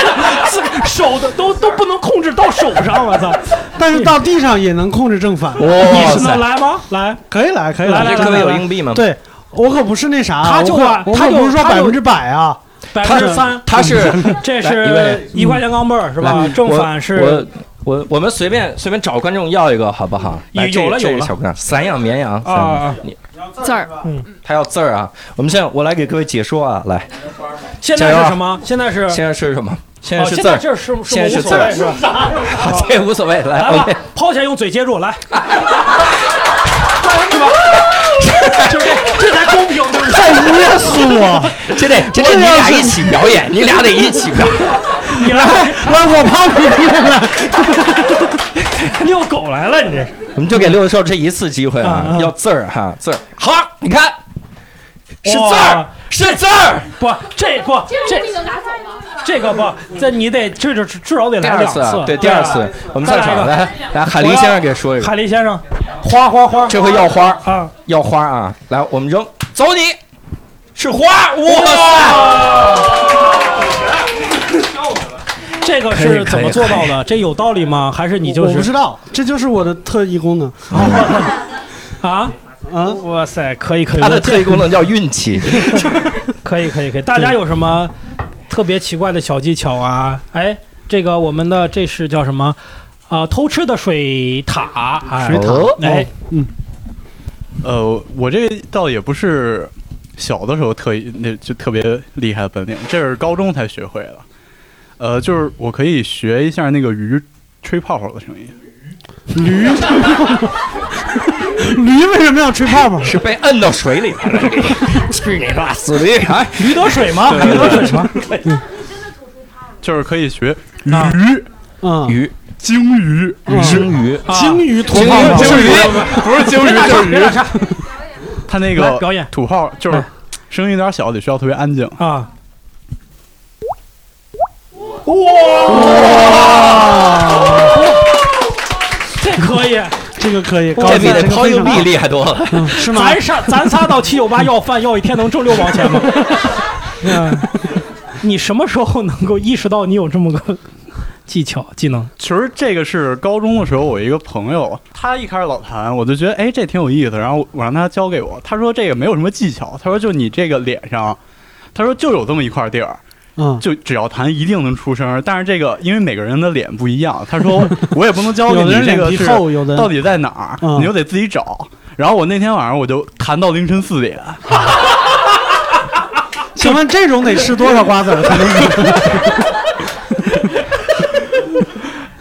B: (laughs) 是手的都都不能控制到手上，我操！
C: 但是到地上也能控制正反。
B: 你是能来吗？来，
C: 可以来，可以
B: 来
C: 来。
B: 来这
C: 可以
B: 各位
C: 来
B: 有硬币吗
C: 对，我可不是那啥，
B: 他就
C: 我可
B: 把
C: 我
B: 他
C: 可
B: 就
C: 不是说
B: 他
C: 百
B: 就
C: 分之百啊，
B: 百分之三，
D: 他是
B: 这
D: 来一
B: 是
D: 位嗯
B: 一块钱钢镚儿是吧
D: 来？
B: 正反是
D: 我我我我们随便随便找观众要一个好不好？来
B: 有
D: 这
B: 有了
D: 这
B: 有
D: 个
B: 了
D: 小姑娘，散养绵羊
B: 啊啊啊
D: 你
B: 字儿，嗯，
D: 他要字儿啊。我们现在我来给各位解说啊，来，啊
B: 现在是什么？现在是
D: 现在是什么？现在
B: 哦
D: 是
B: 现
D: 字
B: 在
D: 儿，
B: 这是是
D: 现在
B: 无
D: 是字
B: 所谓
D: 儿，
B: 是吧？
D: (laughs)
B: 啊
D: 好这也无所谓。来
B: 来吧
D: OK，，
B: 抛起来用嘴接 (laughs) 住，来，是吧？就这，这才公平，对不对？
D: 太热死我！这得这得你俩一起表
B: (laughs)
D: 演，你俩得一起表演。
B: 你来，
C: 让我抛你来。
B: 遛狗来了，你这是。
D: 我们就给六兽这一次机会啊，要字儿哈，字儿。好，你看是字儿
B: 哇，
D: 是字儿。
B: 不，这不这这个不，这你得这就至少得来两
D: 第二次啊对第
B: 啊
D: 二次我们
B: 再
D: 散场
B: 来一个
D: 来
B: (laughs)
D: 来海林先生给说一个
B: 海林先生，花花花，
D: 这回要花
B: 啊，
D: 要花啊！来，
B: (laughs)
D: 我们扔，走你，是花，
B: 哇
D: 哇！
B: 这个
D: 可以可
B: 是
D: 以
B: 怎么做到
D: 可
B: 的？这有道理吗？还是你就
C: 我
B: 是
C: 不知道，这就是我的特异功
B: (laughs)
C: 能。
B: 啊？
C: 啊！
B: 哇塞，可以可以，
D: 它的特异功能叫运气。
B: 可以可以可以，大家有什么特别奇怪的小技巧啊？哎，这个我们的这是叫什么？啊、偷吃的水塔，哎
N: 水塔
B: 哎，
C: 嗯，
N: 呃，我这个倒也不是小的时候特意那就特别厉害的本领，这是高中才学会的。呃，就是我可以学一下那个鱼吹泡泡的声音。
C: 驴， (laughs) 驴为什么要吹泡泡？
D: 是被摁到水里边了。去你妈，死驴！哎，
B: 驴得水吗？
N: 对
B: 驴得水吗？
O: 嗯
N: 就是可以学鱼、嗯
C: 嗯、
D: 鱼、
N: 鲸鱼、
D: 鲸鱼、
C: 鲸鱼吐
N: 鲸
C: 泡泡
N: 不是鱼，不是鲸 (laughs)
C: 别
N: 鱼，
C: 打
N: 就
C: 岔
N: 是鱼
C: 别打岔。
N: 他那个
C: 来表演
N: 吐泡就是声音有点小，得需要特别安静
B: 啊。这可以，
C: 这个可以，
B: 这
C: 高级
B: 比得
C: 这个
B: 抛
C: 非
B: 硬
C: 常
B: 币
C: 好
B: 厉害
D: 多了
C: 嗯是吗？
B: 咱仨咱仨到七九八要饭要一天能挣六毛钱吗？嗯，你什么时候能够意识到你有这么个技巧技能？
N: 其实这个是高中的时候，我一个朋友，他一开始老弹，我就觉得哎这挺有意思，然后我让他教给我，他说这个没有什么技巧，他说就你这个脸上他说就有这么一块地儿。
C: 嗯，
N: 就只要弹一定能出声，但是这个因为每个人的脸不一样，他
C: (laughs)
N: 说我也不能教给
C: 有
N: 你
C: 的人
N: 这个
C: 脸皮
N: 是
C: 厚有的人
N: 到底在哪儿，
C: 嗯
N: 你就得自己找。然后我那天晚上我就弹到凌晨四点，
C: (laughs) 请问这种得吃多少瓜子儿
N: (laughs)
C: 才能？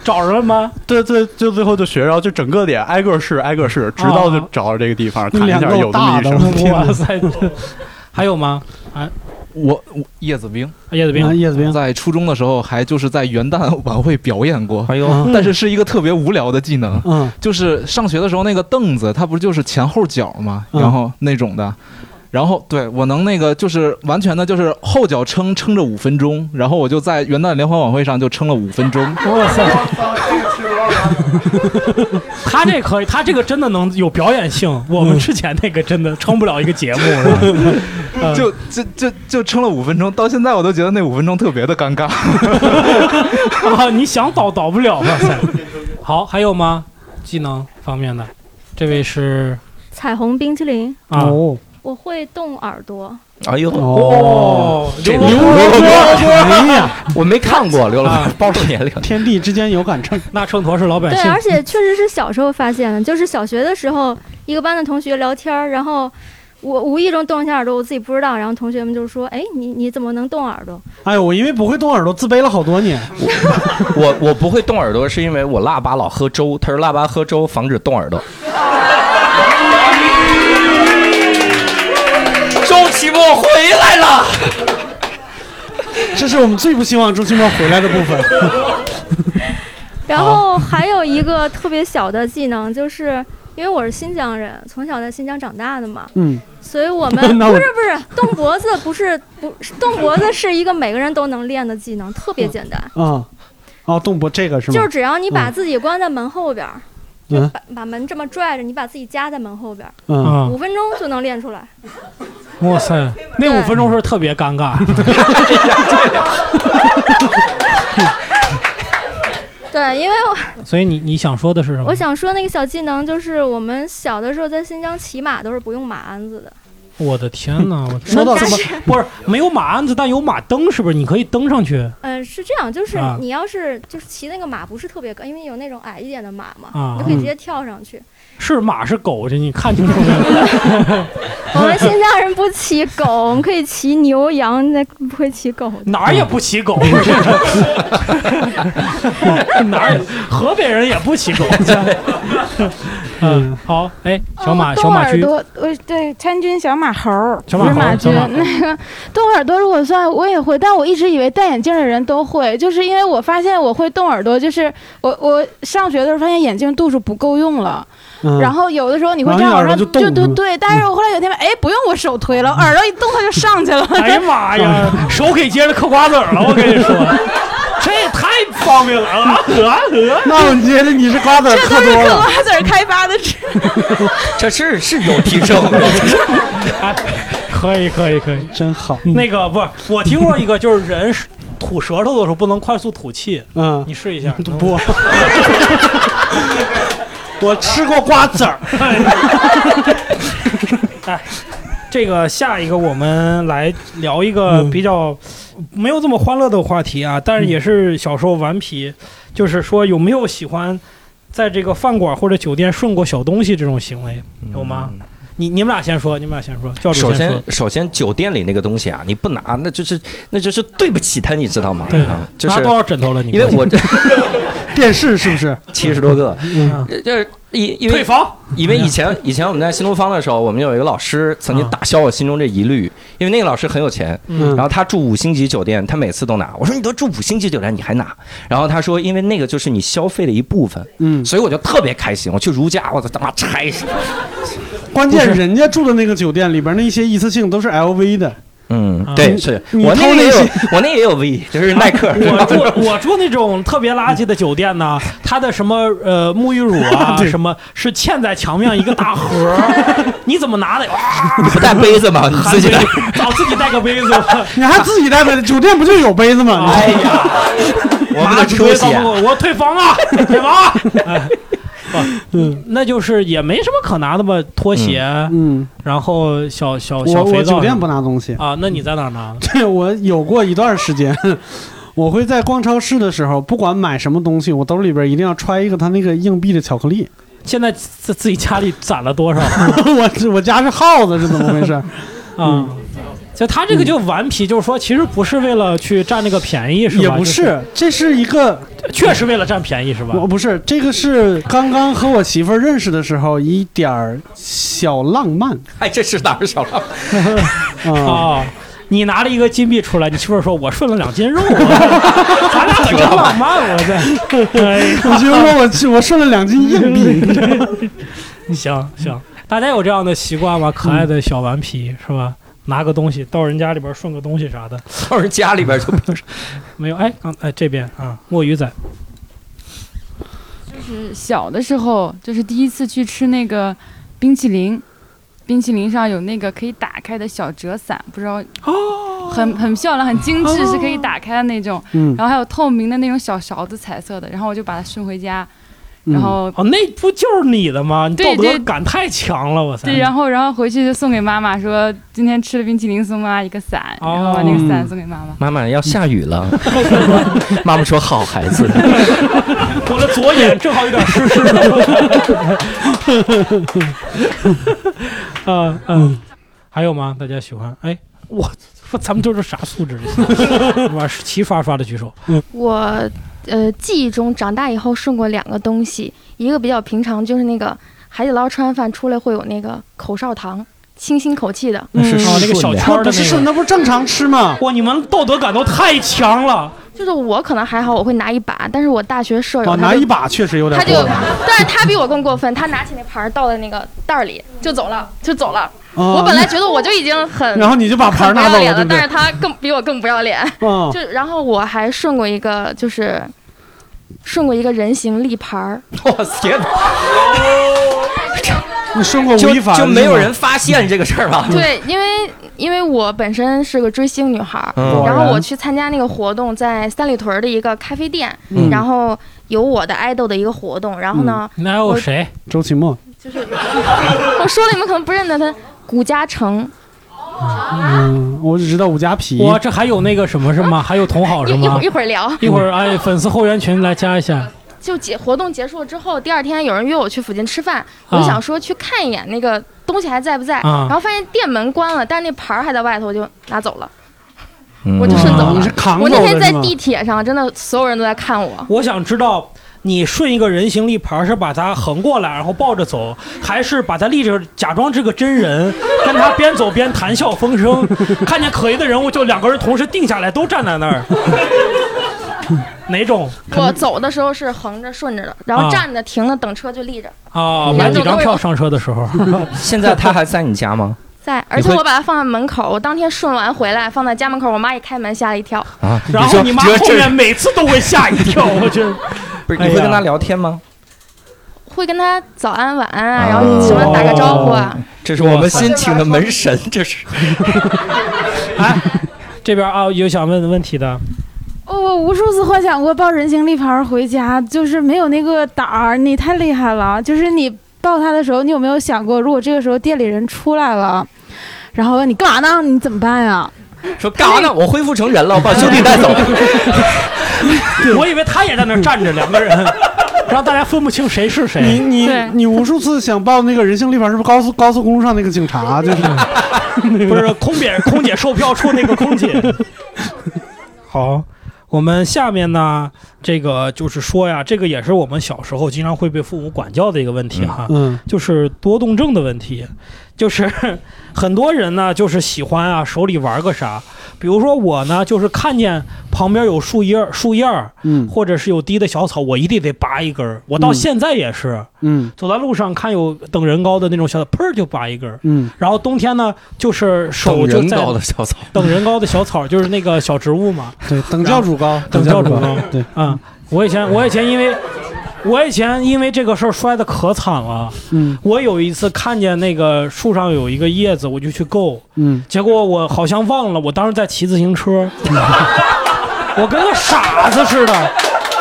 N: 找着了吗？对对，就最后就学着，就整个点挨个试，挨个试，直到就找着这哦个地方，弹一
B: 两
N: 下
B: 个
N: 有这么一声。
B: 哇塞！ (laughs) 还有吗？啊，
P: 我我叶子兵，
B: 叶子兵啊
C: 叶子兵，
P: 在初中的时候还就是在元旦晚会表演过，哎
B: 呦
C: 啊
B: 嗯
P: 但是是一个特别无聊的技能，
C: 嗯，
P: 就是上学的时候那个凳子，它不就是前后脚嘛，
C: 嗯
P: 然后那种的。然后对我能那个就是完全的就是后脚撑撑着五分钟，然后我就在元旦联欢晚会上就撑了五分钟。
B: 哇塞！他这可以，他这个真的能有表演性。我们之前那个真的撑不了一个节目，是 (laughs) 吧
C: 啊
P: (laughs)
B: 嗯
P: 就就就就撑了五分钟，到现在我都觉得那五分钟特别的尴尬。 (laughs)
B: 啊，你想倒倒不了，哇塞！好，还有吗？技能方面的，这位是
M: 彩虹冰淇淋，
B: 啊，
M: 我会动耳朵，
D: 哎呦，
B: 哦
D: 这
B: 刘罗
D: 罗
B: (laughs) 锅
D: (laughs) 哎
B: 哎呀
D: 呀，我没看过刘罗 (laughs) 锅，暴露年龄。
C: 天地之间有杆秤，
B: 啊那秤砣是老百
M: 对，
B: 姓。
M: 而且确实是小时候发现的，就是小学的时候，一个班的同学聊天儿，然后我无意中动一下耳朵，我自己不知道，然后同学们就说：“哎，你你怎么能动耳朵
C: 哎呦，我因为不会动耳朵，自卑了好多年。
D: 我我不会动耳朵，是因为我腊八老喝粥，他说腊八喝粥防止动耳朵。周奇墨回来了，
C: (laughs) 这是我们最不希望周奇墨回来的部分。？” (laughs)
M: 然后还有一个特别小的技能，就是因为我是新疆人，从小在新疆长大的嘛，
C: 嗯，
M: 所以我们
C: (laughs) 那
M: 不
C: 我
M: 是不是动脖子，不是不是动脖子是一个每个人都能练的技能，特别简单，
C: 啊，哦，动不这个是吗？
M: 就是只要你把自己关在门后边儿。
C: 嗯
M: 把把门这么拽着，你把自己夹在门后边儿，
B: 嗯
M: 五分钟就能练出来。
B: 哇塞，那五分钟是特别尴
M: (laughs)
B: 尬。
M: 对，因为我
B: 所以你你想说的是什么
M: 我？想说那个小技能，就是我们小的时候在新疆骑马都是不用马鞍子的。
B: 我的天
M: (laughs)
B: 哪！我
M: 说到什么
B: 不是没有马鞍子，但有马蹬，是不是？你可以蹬上去
M: 嗯、是这样，就是
B: 啊
M: 你要是就是骑那个马不是特别高，因为有那种矮一点的马嘛，
B: 啊
M: 你就可以直接跳上去。
B: 是马是狗这你看清楚没有？
M: 我们新疆人不骑狗，我们可以骑牛羊，那不会骑狗的。
B: 哪儿也不骑狗，
C: 嗯
B: (laughs) 哪儿也河北人也不骑
C: (laughs)
B: 狗。嗯，好，哎，小马小
K: 动
B: 马
K: 哦耳
B: 驹，
K: 朵，呃，对，参军小马猴儿，
B: 小
K: 不
B: 马
K: 是
B: 猴儿
K: 马
B: 小
K: 军。
B: 马猴儿嗯
K: 那 (laughs) 个动耳朵，如果算我也会，但我一直以为戴眼镜的人都会，就是因为我发现我会动耳朵，就是我我上学的时候发现眼镜度数不够用了。
C: 嗯
K: 然后有的时候你会
C: 然后
K: 站
C: 你
K: 往
C: 耳朵
K: 上，
C: 就动
K: 对对
C: 是吧
K: 对，但是我后来有一天发现，哎，不用我手推了，耳朵一动它就上去了。
B: 嗯哎
K: (laughs)
B: 呀妈呀，手给接着嗑瓜子儿了，我跟你
C: (laughs)
B: 说，这
D: 哎
B: 也太方便了啊！呵啊呵，
C: 那我觉得你是瓜子儿嗑多了。
K: 子儿开发的
D: 这是是有提升。
B: (laughs) 可以可以可以，
C: 真好。
B: (laughs) 那个不是，我听过一个，就是人是吐舌头的时候不能快速吐气。
C: 嗯，
B: 你试一下。
C: (laughs)
B: (laughs)
C: 不，我吃过瓜子儿。
B: (laughs) 哎，这个下一个我们来聊一个
C: 嗯
B: 比较没有这么欢乐的话题啊，但是也是小时候顽皮，就是说有没有喜欢在这个饭馆或者酒店顺过小东西这种行为，有吗？你你们俩先说，你们俩先说，教主
D: 首
B: 先说
D: 先。，首先酒店里那个东西啊，你不拿，那就是那就是对不起他，你知道吗？
B: 对
D: 啊就是
B: 拿多少枕头了你
D: 因为我这 (laughs)
C: 嗯电视是不是
D: 七十
C: (laughs)
D: 多个？
C: 嗯，
D: 就是因因为
B: 退房，
D: 因为以前以前我们在新东方的时候，我们有一个老师曾
C: 嗯
D: 经打消我心中这疑虑，因为那个老师很有钱，
B: 嗯
D: 然后他住五星级酒店，他每次都拿。我说你都住五星级酒店，你还拿？然后他说，因为那个就是你消费的一部分，
C: 嗯，
D: 所以我就特别开心。我去如家，我操他妈拆死！
C: (laughs) 关键人家住的那个酒店里边那些一次性都是 LV 的。
D: 嗯
C: 啊
D: 对，
C: 你
D: 是
C: 你
D: 我那
C: 偷
D: 个
C: 那
D: 也有
C: 些，
D: 我那也有 V，就是
C: (laughs)
D: 耐克。
B: (laughs) 我住我住那种特别垃圾的酒店呢，它的什么呃沐浴乳
C: (laughs)
B: 啊什么，是嵌在墙面一个大盒儿，你怎么拿的？哇，
D: (laughs) 你不带杯
B: (laughs)
D: 子吗？你自己带。
B: 找自己带个杯子，
C: (laughs) 你还自己带杯子？
B: (laughs)
C: 酒店不就有杯子吗？哎
D: 呀，
C: 我们的
B: 拿
C: 出
B: 出
C: 息啊
B: 我我退房啊，退房啊！哎不嗯，那就是也没什么可拿的吧，拖鞋，
C: 嗯，
B: 然后小小
C: 我
B: 小
C: 我
B: 肥
C: 酒
B: 皂
C: 店不拿东西
B: 啊，那你在哪儿拿？
C: 对 (laughs) 我有过一段时间， (laughs) 我会在逛超市的时候，不管买什么东西，我兜里边一定要揣一个他那个硬币的巧克力。
B: 现在自自己家里攒了多
C: (laughs)
B: 少？
C: 我我家是耗子是怎么回事？
B: (laughs)
C: 嗯
B: 啊？就他这个就顽皮，就是说，其实不是为了去占那个便宜，是吧？
C: 也不，
B: 就是
C: 这是一个
B: 确实为了占便宜，是吧？
C: 我不是这个是刚刚和我媳妇儿认识的时候一点儿小浪漫。 (laughs)
D: 哎，这是哪儿小浪？
B: 啊，
C: (laughs)
B: 你拿了一个金币出来，你媳妇儿说：“我顺了两斤肉、
C: (laughs)
B: 啊 (laughs) 咱俩可真浪漫，我在。哎呀
C: 我媳妇说我去我顺了两斤
B: (laughs)
C: 硬币，你知道吗？ (laughs)
B: 行行，大家有这样的习惯吗？可爱的小顽皮、是吧？拿个东西到人家里边顺个东西
C: (laughs)
B: 啥的，
D: 到人家里边就
B: 没有。哎，刚哎这边啊，墨鱼仔，
H: 就是小的时候，就是第一次去吃那个冰淇淋，冰淇淋上有那个可以打开的小折伞，不知道很很漂亮，很精致，
Q: 哦
H: 是可以打开的那种。
Q: 嗯
H: 然后还有透明的那种小勺子，彩色的。然后我就把它顺回家，
C: 嗯
H: 然后、
B: 哦，那不就是你的吗？你道
H: 对
B: 德
H: 对
B: 感太强了，我操！
H: 对，然后然后回去就送给妈妈说，今天吃了冰淇淋，送妈妈一个伞，然哦后把那个伞送给妈妈。
D: 妈妈要下雨
H: (laughs)
D: 了，妈妈说好孩子，
B: 我的左眼正好有点湿
C: (laughs)
B: 湿 (laughs) 的。嗯嗯，还有吗？大家喜欢？哎，我说咱们都是啥素质？
C: (laughs)
B: 这是哇，齐刷刷的举手。嗯
Q: 我呃记忆中长大以后顺过两个东西，一个比较平常，就是那个海底捞吃完饭出来会有那个口哨糖，清新口气的。
B: 那是
C: 嗯
B: 哦那个小圈儿的那个
C: 不是顺，那不是正常吃吗？
B: 哇，你们道德感都太强了。
Q: 就是我可能还好，我会拿一把，但是我大学舍友、
C: 哦，
Q: 他
C: 拿
Q: 就
C: 一把确实有点
Q: 他就
C: 过分。，
Q: 但是他比我更过分，他拿起那盘儿倒在那个袋儿里就走了，就走了。
C: 哦
Q: 我本来觉得我就已经很，
C: 然后你就把盘儿
Q: 很不
C: 拿走
Q: 要脸
C: 了对不对
Q: 但是他更比我更不要脸。
C: 哦
Q: 就然后我还顺过一个，就是顺过一个人形立牌
D: (laughs)
Q: 儿，
D: 我天哪！
C: 你顺过吴
D: 就
C: 亦凡
D: 就没有人
C: 发。
D: 发现这个事儿吗？
Q: 对，因为因为我本身是个追星女孩儿，
D: 嗯
Q: 然
D: 果
Q: 后
D: 然
Q: 我去参加那个活动，在三里屯儿的一个咖啡店，
C: 嗯
Q: 然后有我的 idol 的一个活动，然后呢，
B: 那有
Q: 我
B: 谁？
C: 周奇墨，
D: 嗯
Q: 我说了你们可能不认得他，古嘉诚。
C: 嗯，我只知道武家皮。
B: 哇，这还有那个什么是吗？还有同好
Q: 一
B: 是
Q: 一会
B: 吗
Q: 儿？一会儿聊，
B: 一会儿哎，粉丝后援群来加一下。
Q: 就结活动结束之后，第二天有人约我去附近吃饭，我就想说去看一眼那个东西还在不在，
B: 啊
Q: 然后发现店门关了，但是那牌儿还在外头，我就拿走了。
B: 我就顺走了。
C: 嗯你是扛
Q: 我
C: 走
Q: 那天
C: 的
Q: 在
C: 是吗？
Q: 地铁上，真的所有人都在看我。
B: 我想知道，你顺一个人形立牌是把它横过来，然后抱着走，还是把它立着，假装是个真人，跟他边走边谈笑风生，看见可疑的人物就两个人同时定下来，都站在那儿。哪种？
Q: 我走的时候是横着顺着的，然后
B: 啊
Q: 站着、停着等车就立着，
B: 啊，买几张票上车的时候。
D: (laughs) 现在他还在你家吗？
Q: 在，而
D: 你
Q: 且
D: 会
Q: 我把它放在门口，我当天顺完回来放在家门口，我妈一开门吓了一跳。
D: 啊，
B: 然后
D: 说
B: 你妈
D: 说
B: 后
D: 这
B: 面每次都会吓一
D: (laughs)
B: 跳，我觉得。
D: 不是
B: 哎
D: 你
B: 呀
D: 会跟他聊天吗？
Q: 会跟她早安晚安啊，然后什么打个招呼啊。
D: 哦这是我们新
B: 啊
D: 请的门神，
B: (laughs)
D: 这是
B: 哎这边啊，有想问的问题的，
R: 哦，我无数次幻想过抱人形立牌儿回家，就是没有那个胆儿。你太厉害了！就是你抱它的时候，你有没有想过，如果这个时候店里人出来了，然后问你干嘛呢？你怎么办呀？
D: 说干啥呢？我恢复成人了，我把兄弟 (laughs) 带走。
B: (laughs) 我以为他也在那儿站着，两
C: (laughs)
B: 个人， (laughs) 让大家分不清谁是谁。
C: 你你你无数次想报那个人性立牌，是不是高速高速公路上那个警察？啊就是 (laughs)
B: 不是空姐，空姐售票处那个空姐。好，我们下面呢，这个就是说呀，这个也是我们小时候经常会被父母管教的一个问题哈，
C: 嗯，
B: 就是多动症的问题，就是 (laughs) 很多人呢就是喜欢啊手里玩个啥，比如说我呢就是看见旁边有树叶儿树叶儿，
C: 嗯
B: 或者是有低的小草，我一定得拔一根儿，我到
C: 嗯
B: 现在也是，
C: (laughs) 嗯
B: 走在路上看有等人高的那种小草，砰儿就拔一根儿，
C: 嗯，
B: 然后冬天呢，就是手
D: 等
B: 就
D: 人
B: 在
D: 高的小草，
B: (laughs) 等人高的小草，就是那个小植物嘛。
C: 对，等教主高，
B: (laughs) 等教主高。
C: 对，
B: 啊，我以前我以前因为我以前因为这个事儿摔的可惨了。
C: 嗯
B: 我有一次看见那个树上有一个叶子，我就去够，
C: 嗯，
B: 结果我好像忘了，我当时在骑自
C: (laughs)
B: 行车，我跟个傻子似的，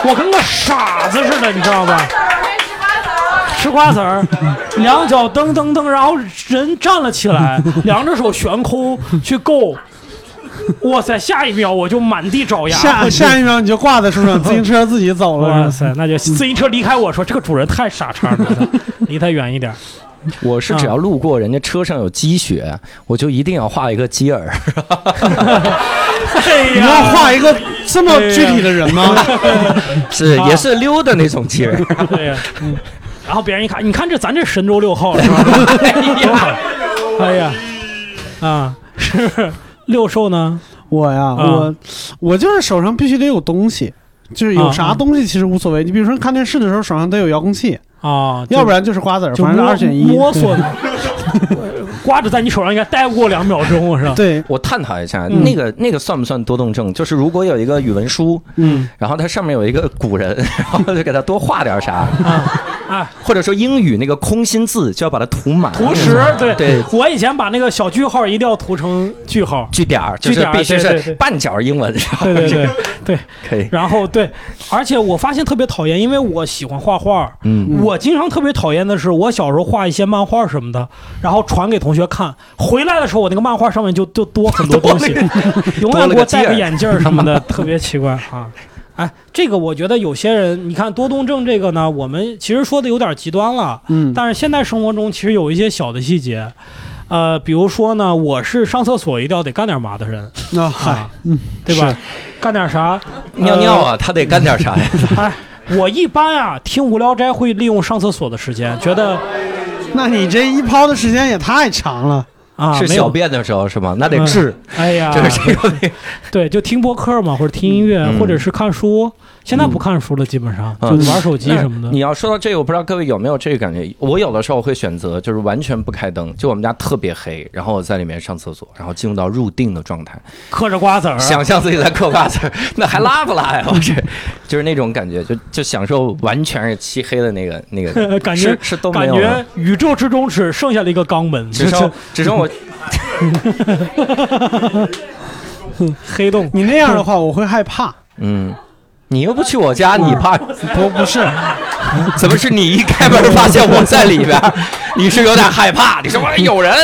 B: 我跟个傻子似的，你知道吧？吃瓜子儿，两脚蹬蹬蹬，然后人站了起来，两只手悬空去够。哇塞！下一秒我就满地找牙，
C: 下下一秒你就挂在树上，自行车自己走了。
B: (laughs)
C: 嗯
B: 哇塞，那
C: (laughs)
B: 就自行车离开我说这个主人太傻叉了，离他远一点。
D: (laughs) 我是只要路过人家车上有积雪，我就一定要画一个鸡耳。
B: 你
C: 要画一个这么具体的人吗？
D: (laughs) 是，也是溜的那种 (laughs) 鸡耳。
B: 对呀、
D: 嗯
B: 然后别人一看，你看这咱这神州六号是吧？ (laughs) 哎呀， (laughs) 啊，是不是六兽呢？
C: 我呀，
B: 啊
C: 我我就是手上必须得有东西，就是有
B: 啊
C: 啥
B: 啊
C: 东西其实无所谓。你比如说看电视的时候手上得有遥控器，
B: 啊，就
C: 要不然就是瓜子儿，
B: 就
C: 反正是
B: 摸
C: 二选一。(laughs)
B: 摸索的，瓜子在你手上应该待不过两秒钟，是吧？
C: 对，
D: 我探讨一下，
B: 嗯
D: 那个那个算不算多动症？就是如果有一个语文书，
C: 嗯，
D: 然后它上面有一个古人， (laughs) 然后就给他多画点啥，
B: 啊，
D: 或者说英语那个空心字就要把它涂满，
B: 图十，对
D: 嗯对，
B: 我以前把那个小句号一定要涂成句号，
D: 句点儿就
B: 句
D: 是
B: 点儿
D: 必须
B: 对对对
D: 是半角英文，
B: 对对对对，
D: 可以。
B: 然后对，而且我发现特别讨厌，因为我喜欢画画，
D: 嗯
B: 我经常特别讨厌的是，我小时候画一些漫画什么的，然后传给同学看，回来的时候我那个漫画上面就就多很多东西，永远给我戴个眼镜儿什么的，特别奇怪啊。 (laughs) 哎，这个我觉得有些人，你看多动症这个呢，我们其实说的有点极端了，
C: 嗯
B: 但是现在生活中其实有一些小的细节，呃，比如说呢，我是上厕所一定要得干点嘛的人，
C: (laughs) 那嗨，嗯，
B: 哎对吧？干点啥？呃
D: 尿尿啊，他得干点啥呀？
B: (laughs) 哎，我一般啊听无聊斋会利用上厕所的时间，觉得
C: 那你这一抛的时间也太长了
B: 啊
D: 是小便的时候是吗？那得治。
B: 嗯哎呀，
D: (laughs) 就是这
B: 个，对，就听播客嘛，或者听音乐，
D: 嗯
B: 或者是看书。现在不看书了，基本上就
D: 嗯
B: 玩手机什么
D: 那
B: 的。
D: 你要说到这个，我不知道各位有没有这个感觉。我有的时候会选择就是完全不开灯，就我们家特别黑，然后我在里面上厕所，然后进入到入定的状态，
B: 嗑着瓜子儿，啊
D: 想象自己在嗑瓜子儿，那还拉不拉呀？我这就是那种感觉，就就享受完全是漆黑的那个那个
B: (laughs) (laughs) 感觉
D: 是是都没
B: 感
D: 有了
B: 觉，宇宙之中只剩下了一个肛门，
D: 只
B: (laughs)
D: 剩只剩我
B: 黑洞。
C: 你那样的话，我会害怕。
D: 嗯。你又不去我家，你怕
C: 不不是？
D: (laughs) 怎么是你一开门发现我在里边儿，你是有点害怕？你说我有
B: (laughs)
D: 人？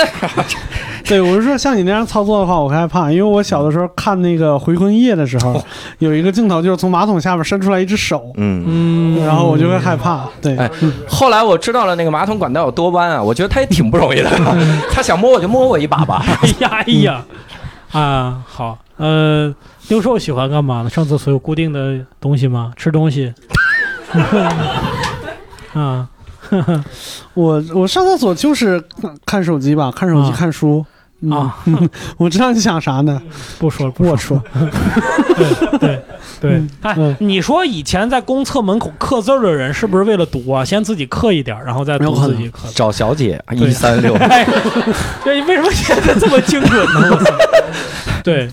C: 对，我是说像你那样操作的话，我会害怕，因为我小的时候看那个《回魂夜》的时候，有一个镜头就是从马桶下面伸出来一只手，
D: 嗯
C: 然后我就会害怕。对，
B: 嗯
D: 哎，后来我知道了那个马桶管道有多弯啊，我觉得他也挺不
B: (laughs)
D: 容易的，他想摸我就摸我一把吧。
B: 哎
D: (laughs)
B: 呀哎呀，啊好，呃，六兽喜欢干嘛呢？上厕所有固定的东西吗？吃东西？ (laughs) 啊， (laughs)
C: 我我上厕所就是看手机吧，看手机、
B: 啊
C: 看书。嗯、 (laughs)
B: 啊，
C: 我知道你想啥呢？
B: 不说了，
C: 我说，
B: 对，哎，你说以前在公厕门口刻字儿的人，是不是为了读啊？先自己刻一点儿，然后再
D: 嗯
B: 读自己刻？
D: 找小姐一三六，
B: (laughs) (laughs) 哎，这你为什么现在这么精准呢？我 (laughs) 操对，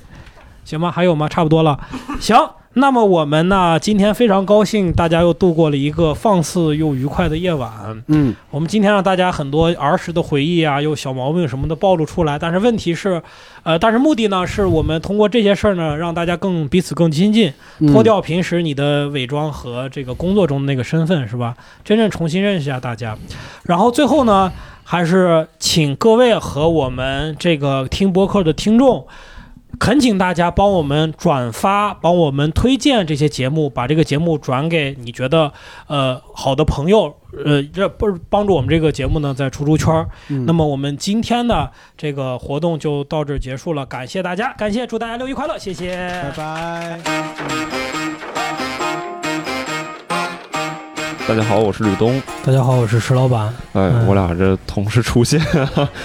B: 行吧，还有吗？差不多了。行，那么我们呢，今天非常高兴，大家又度过了一个放肆又愉快的夜晚。
C: 嗯，
B: 我们今天让大家很多儿时的回忆啊，又小毛病什么的暴露出来。但是问题是，呃，但是目的呢，是我们通过这些事儿呢，让大家更彼此更亲近，
C: 嗯
B: 脱掉平时你的伪装和这个工作中的那个身份，是吧？真正重新认识一下大家。然后最后呢，还是请各位和我们这个听播客的听众。恳请大家帮我们转发，帮我们推荐这些节目，把这个节目转给你觉得呃好的朋友，呃，这不是帮助我们这个节目呢在出出圈儿。
C: 嗯
B: 那么我们今天的这个活动就到这儿结束了，感谢大家，感谢，祝大家六一快乐，谢谢，拜
C: 拜。
A: 大家好，我是吕东。
B: 大家好，我是石老板。
A: 哎，我俩这同时出现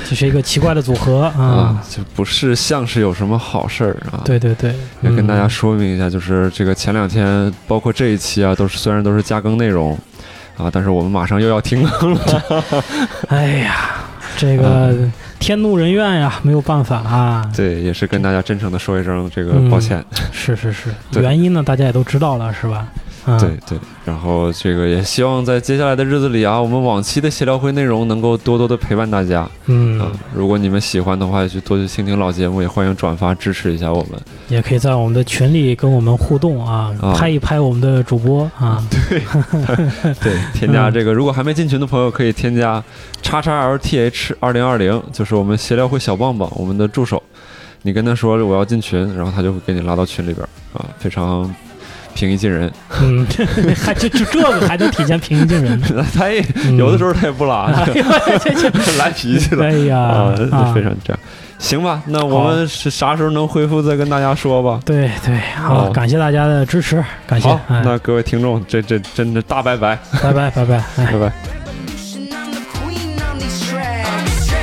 B: 这是一个奇怪的组合啊。
A: (laughs) 啊，就不是像是有什么好事儿啊。
B: 对对对，
A: 也跟大家说明一下，就是这个前两天，包括这一期啊，都是虽然都是加更内容啊，但是我们马上又要停更了。
B: (laughs) 哎呀，这个
A: 啊
B: 天怒人怨呀，没有办法啊。
A: 对，也是跟大家真诚的说一声这个
B: 嗯 (laughs)
A: 抱歉。
B: 是是是，
A: 对
B: 原因呢大家也都知道了是吧？啊
A: 对对，然后这个也希望在接下来的日子里啊，我们往期的协聊会内容能够多多的陪伴大家。啊
B: 嗯
A: 如果你们喜欢的话，也去多去听听老节目，也欢迎转发支持一下我们。
B: 也可以在我们的群里跟我们互动啊，
A: 啊
B: 拍一拍我们的主播啊。
A: 对， (laughs) 添
B: 嗯
A: 加这个，如果还没进群的朋友可以添加叉叉 LTH 二零二零，就是我们协聊会小棒棒，我们的助手。你跟他说我要进群，然后他就会给你拉到群里边儿啊，非常平易近人。
B: (laughs) 嗯， (laughs) 还就就这个还能体现平易近人？
A: (laughs)
B: 嗯
A: 他也有的时候他也不拉，
B: (laughs) 哎呦这这
A: 来脾气了。
B: 哎呀
A: 啊
B: 啊
A: 非常这样。行吧，那我们是啥时候能恢复再跟大家说吧。
B: 对对，好，
A: 哦
B: 感谢大家的支持，感谢，
A: 好，
B: 哎
A: 那各位听众，这这真的大拜拜，
B: 拜拜拜拜，哎
A: 拜拜。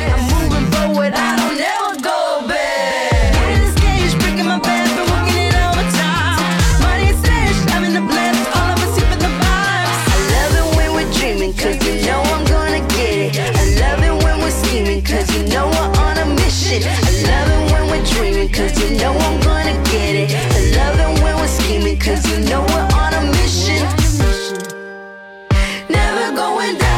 O: I'm moving forward, I don't never go back. Getting this cash, breaking my back, been working it overtime. Money stash, I'm in the blast, all of us keeping the vibes. I love it when we're dreaming, cause you know I'm gonna get it. I love it when we're scheming, cause you know we're on a mission. I love it when we're dreaming, cause you know I'm gonna get it. I love it when we're scheming, cause you know we're on a mission. Never going down.